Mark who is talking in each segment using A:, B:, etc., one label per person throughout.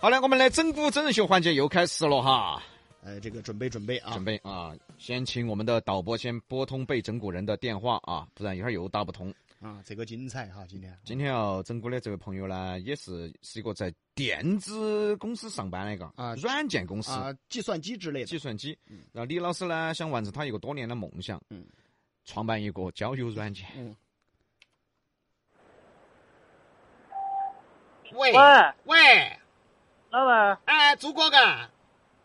A: 好了，我们的整蛊真人秀环节又开始了哈，
B: 呃，这个准备准备啊，
A: 准备啊，先请我们的导播先拨通被整蛊人的电话啊，不然一会儿又打不通。
B: 啊，这个精彩哈，今天
A: 今天要整蛊的这位朋友呢，也是是一个在电子公司上班的一个
B: 啊
A: 软件公司
B: 啊，计算机之类的
A: 计算机。然后李老师呢，想完成他一个多年的梦想，
B: 嗯
A: 创办一个交友软件。
B: 喂
C: 喂，
B: 喂，
C: 老妹，
B: 哎，朱哥啊，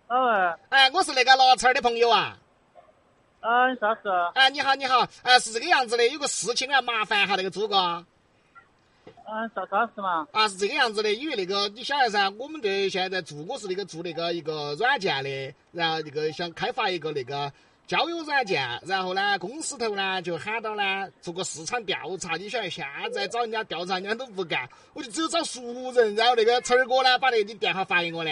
C: 老妹，
B: 哎，我是那个罗成儿的朋友啊，
C: 啊，你啥事？啊，
B: 哎，你好你好，哎，是这个样子的，有个事情要麻烦哈那个朱哥。
C: 啥啥事嘛？
B: 啊，是这个样子的，因为那个你晓得噻，我们这现在做我是那个做那个一个软件的，然后那个想开发一个那个交友软件，然后呢，公司头呢就喊到呢做个市场调查，你晓得现在找人家调查人家都不干，我就只有找熟人，然后那个陈儿哥呢把那个你电话发给我呢，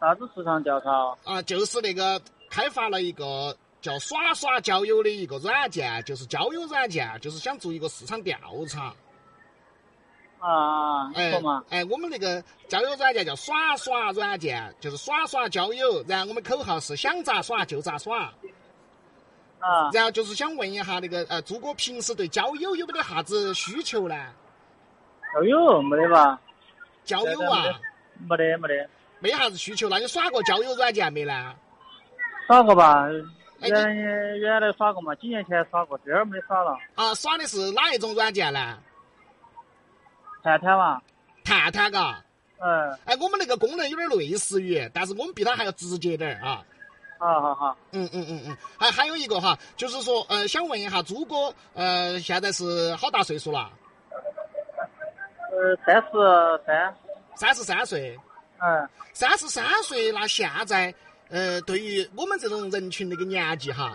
C: 啥子市场调查哦？
B: 啊，就是那个开发了一个。叫耍耍交友的一个软件，就是交友软件，就是想做一个市场调查。
C: 啊，你
B: 哎
C: 说嘛？
B: 哎，我们那个交友软件叫耍耍软件，就是耍耍交友。然后我们口号是想咋耍就咋耍。
C: 啊，
B: 然后就是想问一下那个呃，朱哥平时对交友有没得啥子需求呢？
C: 交友哎没得吧？
B: 交友啊，
C: 没得没得，
B: 没啥子需求。那你耍过交友软件没呢？
C: 耍过吧？
B: 哎
C: 原来原来耍过嘛，几年前耍过，这儿没得耍了。
B: 啊，耍的是哪一种软件呢？
C: 探探嘛，
B: 探探嘎。
C: 嗯，
B: 哎，我们那个功能有点类似于，但是我们比它还要直接点儿啊。
C: 好好好，
B: 嗯嗯嗯嗯，还、还有一个哈，就是说呃，想问一下朱哥，呃，现在是好大岁数了？
C: 呃，三十三，
B: 三十三岁。
C: 嗯，
B: 三十三岁，那现在，呃，对于我们这种人群的一个年纪哈，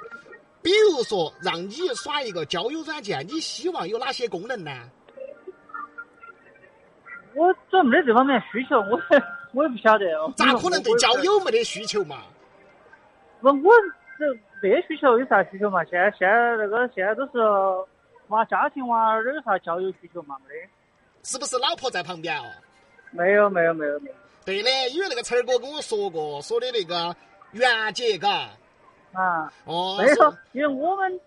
B: 比如说让你耍一个交友软件，你希望有哪些功能呢？
C: 我这没得这方面需求，我我也不晓得。哦
B: 咋可能对交？友没得需求嘛？
C: 我我这没需求，有啥需求嘛？现在现在那个现在都是娃家庭娃儿，哪有啥交友需求嘛？没得。
B: 是不是老婆在旁边哦？
C: 没有没有没有没有
B: 对的，因为那个陈儿哥跟我说过，说的那个袁姐，嘎，
C: 啊，
B: 哦，
C: 没有
B: 是，
C: 因为我们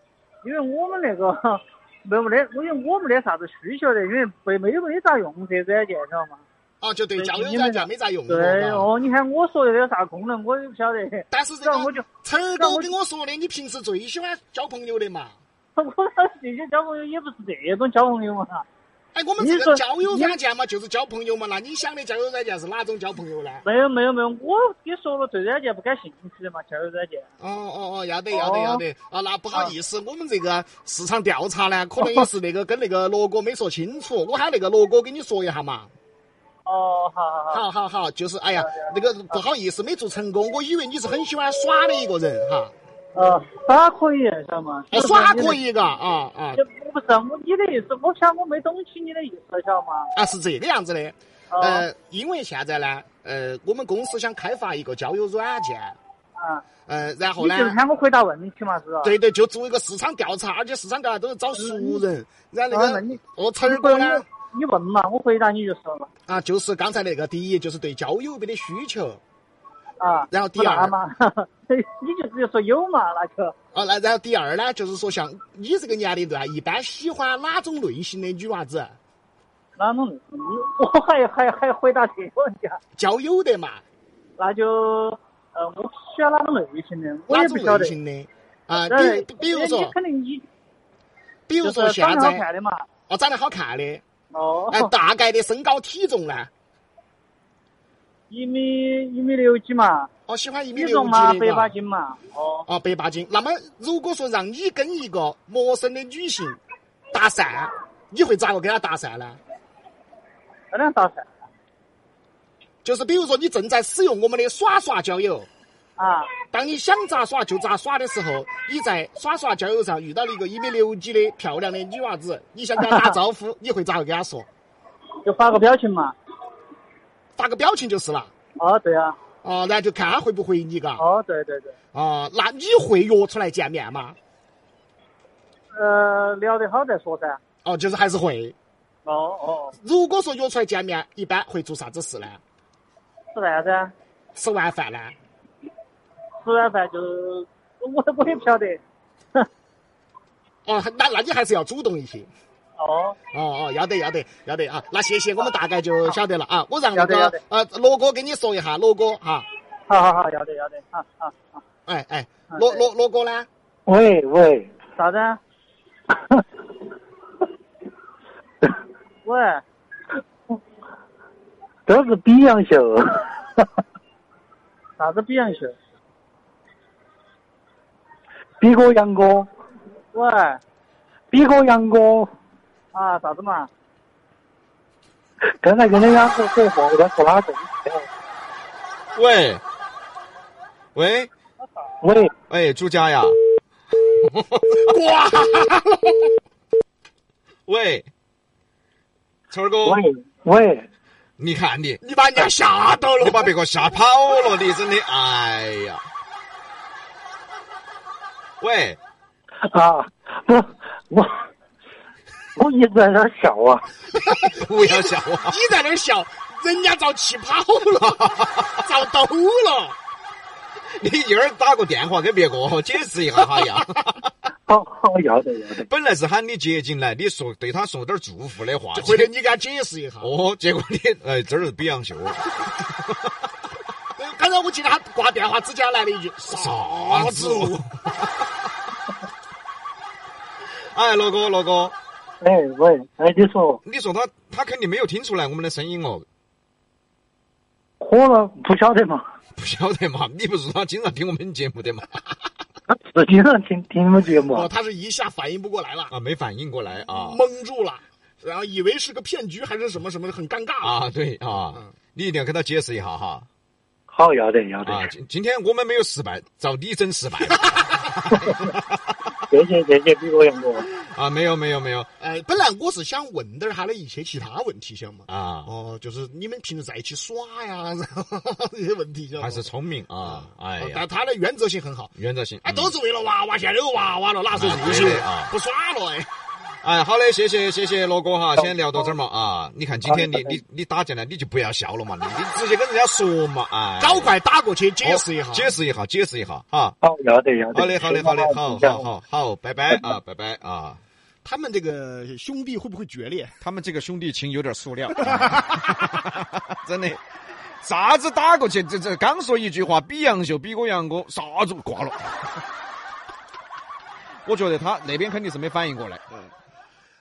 C: 因为我们那个 没有没得，因为我没得啥子需求的，因为没没有没得咋用这软件，晓得嘛？
B: 啊，就对
C: 对
B: 交友
C: 你们
B: 软件没咋用过，
C: 对
B: 嘎。
C: 哦，你喊我说的有啥功能，我也不晓得。
B: 但是这
C: 然后我
B: 个
C: 就
B: 陈儿
C: 让
B: 哥
C: 我
B: 跟我说的，你平时最喜欢交朋友的嘛？
C: 我这些交朋友也不是这种交朋友嘛，
B: 哎，我们
C: 你
B: 这个
C: 说
B: 交友
C: 你
B: 软件嘛，就是交朋友嘛。那你想的交友软件是哪种交朋友呢？
C: 没有没有没有，我跟你说了对软件不感兴趣的嘛，交友软件。
B: 哦哦哦，要得要得要得啊！那不好意思，我们这个市场调查呢，可能也是那个跟那个罗哥没说清楚，我喊那个罗哥跟你说一下嘛。
C: 哦，好好
B: 好
C: 好，
B: 好好，就是哎呀，那个不好意思没做成功，我以为你是很喜欢耍的一个人哈，
C: 呃，耍可以，晓得嘛？
B: 哎耍可。以嘎啊啊
C: 这不是我你的意思，我想我没懂起你的意思，晓得嘛？
B: 啊是这个样子的，
C: 哦
B: 呃，因为现在呢，呃，我们公司想开发一个交友软件，
C: 啊。
B: 呃，然后
C: 你
B: 呢
C: 就。是喊我回答问题嘛，是吧？。啊
B: 对对，就做一个市场调查，而且市场调查都是找熟人，然后
C: 啊，
B: 那
C: 那
B: 个
C: 你
B: 哦，陈儿
C: 你回
B: 哥
C: 答
B: 呢
C: 你，你问嘛，我回答你就说了
B: 啊，就是刚才那个，第一就是对交友没得需求，
C: 啊。
B: 然后第
C: 不那
B: 二
C: 嘛， 你就直接说有嘛，那就
B: 啊，那然后第二呢，就是说像你这个年龄段，一般喜欢哪种类型的女娃子？
C: 哪种你我还还还回答这个问题啊？
B: 交友的嘛，
C: 那就呃，我喜欢哪种类型的，我
B: 哪
C: 也不
B: 种
C: 晓得
B: 类。型的？啊，
C: 但是
B: 比比如
C: 你
B: 说，
C: 肯定你
B: 比如
C: 就
B: 说
C: 是
B: 现
C: 长得好
B: 在
C: 看的嘛。
B: 哦，长得好看的，
C: 哦，
B: 哎，大概的身高体重呢？
C: 一米一米六几嘛，
B: 哦，喜欢一米
C: 体
B: 六
C: 重
B: 几
C: 嘛
B: 的
C: 百八
B: 嘛？
C: 斤嘛。哦，
B: 哦，百八斤。那么如果说让你跟一个陌生的女性搭讪，你会咋个跟她搭讪呢？
C: 当然搭讪
B: 就是比如说你正在使用我们的耍耍交友。
C: 啊
B: 当你想咋耍就咋耍的时候，你在耍耍交友上遇到了一个一米六几的漂亮的女娃子，你想跟她打招呼，你会咋个跟她说？
C: 就发个表情嘛。
B: 发个表情就是了。
C: 哦，对啊，
B: 啊，然后就看她回不回你嘎。
C: 哦，对对对。
B: 啊，那你会约出来见面吗？
C: 呃，聊得好再说噻。
B: 哦，就是还是会。
C: 哦哦，
B: 如果说约出来见面，一般会做啥子事呢？
C: 吃啥子啊？
B: 吃完饭啦，
C: 吃完饭就我我也不晓得。
B: 哦，那那你还是要主动一些。
C: 哦，
B: 哦哦，要得要得要得啊！那谢谢，我们大概就晓得了啊。我让那
C: 要
B: 个
C: 得
B: 呃罗哥给你说一下，罗哥哈，
C: 好好好，要得要得，啊啊啊！
B: 哎哎，
C: 啊
B: 罗
C: 对
B: 罗罗哥呢？
D: 喂喂，
C: 啥子啊？喂，
D: 这是 B 样秀，
C: 啥子比洋秀？
D: 比哥杨哥，
C: 喂，
D: 比哥杨哥，
C: 啊，啥子嘛？
D: 刚才跟人家说说话，人家说哪个？
A: 喂，喂，
D: 喂，
A: 哎，朱家呀，
B: 挂
A: 喂，春儿哥，
D: 喂喂，
A: 你看你，
B: 你把人家吓到了
A: 你，把别个吓跑了，你真的，哎呀，喂，
D: 啊，不，我我一直在那儿笑啊，
A: 不要笑啊！
B: 你在那儿笑，人家遭气跑了， 遭兜了。
A: 你一会儿打个电话给别个解释一下哈呀。
D: 好好要得要得，
A: 本来是喊你接进来，你说对他说点祝福的话，
B: 回头你给他解释一下。
A: 哦，结果你哎，这儿是比洋秀，
B: 刚才我记得他挂电话之前来了一句啥子哦？
A: 哎，罗哥，罗哥，
D: 哎喂，哎你说
A: 你说他他肯定没有听出来我们的声音哦，
D: 可能不晓得嘛，
A: 不晓得嘛？你不是说他经常听我们节目的嘛？
D: 他是经常听听你们节目啊
B: 哦，，他是一下反应不过来了，
A: 啊，没反应过来啊
B: 蒙住了，然后以为是个骗局还是什么什么，很尴尬
A: 啊，对啊
B: 嗯，
A: 你一定要给他解释一下哈
D: 好要得要得，
A: 啊！今今天我们没有失败，找你整失 败了
D: 谢谢谢谢比哥杨哥，
A: 啊！没有没有没有
B: 呃，本来我是想问点儿他的一些其他问题，晓得吗？
A: 啊，
B: 哦，就是你们平时在一起耍呀， 然后这些问题，晓得吗
A: 还是聪明啊！哎
B: 哦
A: 呀，
B: 但他的原则性很好，
A: 原则性
B: 哎，
A: 嗯
B: 都是为了娃娃，现在有娃娃了，哪是这
A: 哎对
B: 些
A: 的啊
B: 不耍了哎。
A: 哎，好嘞，谢谢谢谢罗哥哈，先聊到这儿嘛啊！你看今天你你你打进来，你就不要笑了嘛，你你直接跟人家说嘛，哎，
B: 搞快打过去解释一
A: 哦
B: 下，
A: 解释一下，解释一下哈。
D: 好要得要得，
A: 好嘞，好嘞，好嘞，好好好好，拜拜啊，拜拜啊！
B: 他们这个兄弟会不会决裂？
A: 他们这个兄弟情有点塑料， 真的。啥子打过去？这这刚说一句话，比杨秀，比过杨哥，啥子挂了？ 我觉得他那边肯定是没反应过来，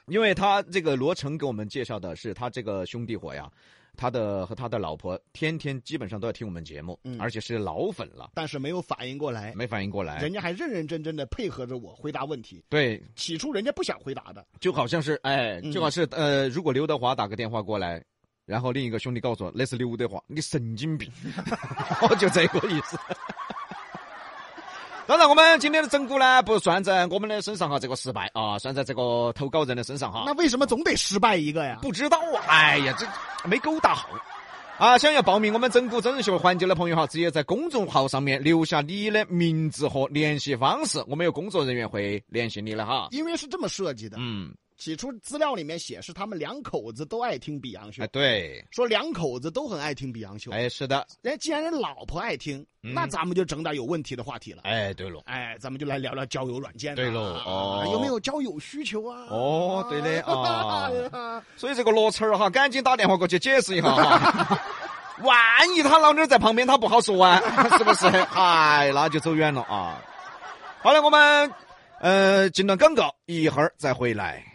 A: 因为他这个罗成给我们介绍的是他这个兄弟伙呀，他的和他的老婆天天基本上都要听我们节目，
B: 嗯
A: 而且是老粉了，
B: 但是没有反应过来，
A: 没反应过来
B: 人。家还认认真真的配合着我回答问题。
A: 对，
B: 起初人家不想回答的，
A: 就好像是哎，
B: 嗯
A: 就好像是呃，如果刘德华打个电话过来，然后另一个兄弟告诉我那是刘德华，你神经病， 我就这个意思。 当然，我们今天的整蛊呢，不算在我们的身上哈，这个失败啊，算在这个投稿人的身上哈。
B: 那为什么总得失败一个呀？
A: 不知道啊，哎呀，这没勾搭好。啊，想要报名我们整蛊真人秀环节的朋友哈，直接在公众号上面留下你的名字和联系方式，我们有工作人员会联系你的哈。
B: 因为是这么设计的，
A: 嗯，
B: 起初资料里面写是他们两口子都爱听比洋秀
A: 哎，，对，
B: 说两口子都很爱听比洋秀。
A: 哎，是的，
B: 人家既然人老婆爱听，
A: 嗯
B: 那咱们就整点有问题的话题了。
A: 哎，对了。
B: 哎，咱们就来聊聊交友软件啊。
A: 对喽哦
B: 有没有交友需求啊？
A: 哦对嘞啊
B: 哎 呀
A: 所以这个罗成儿哈，赶紧打电话过去解释一下哈。 万一他老娘在旁边，他不好说啊， 是不是？哎，那就走远了啊。好了，我们呃进段广告，一会儿再回来。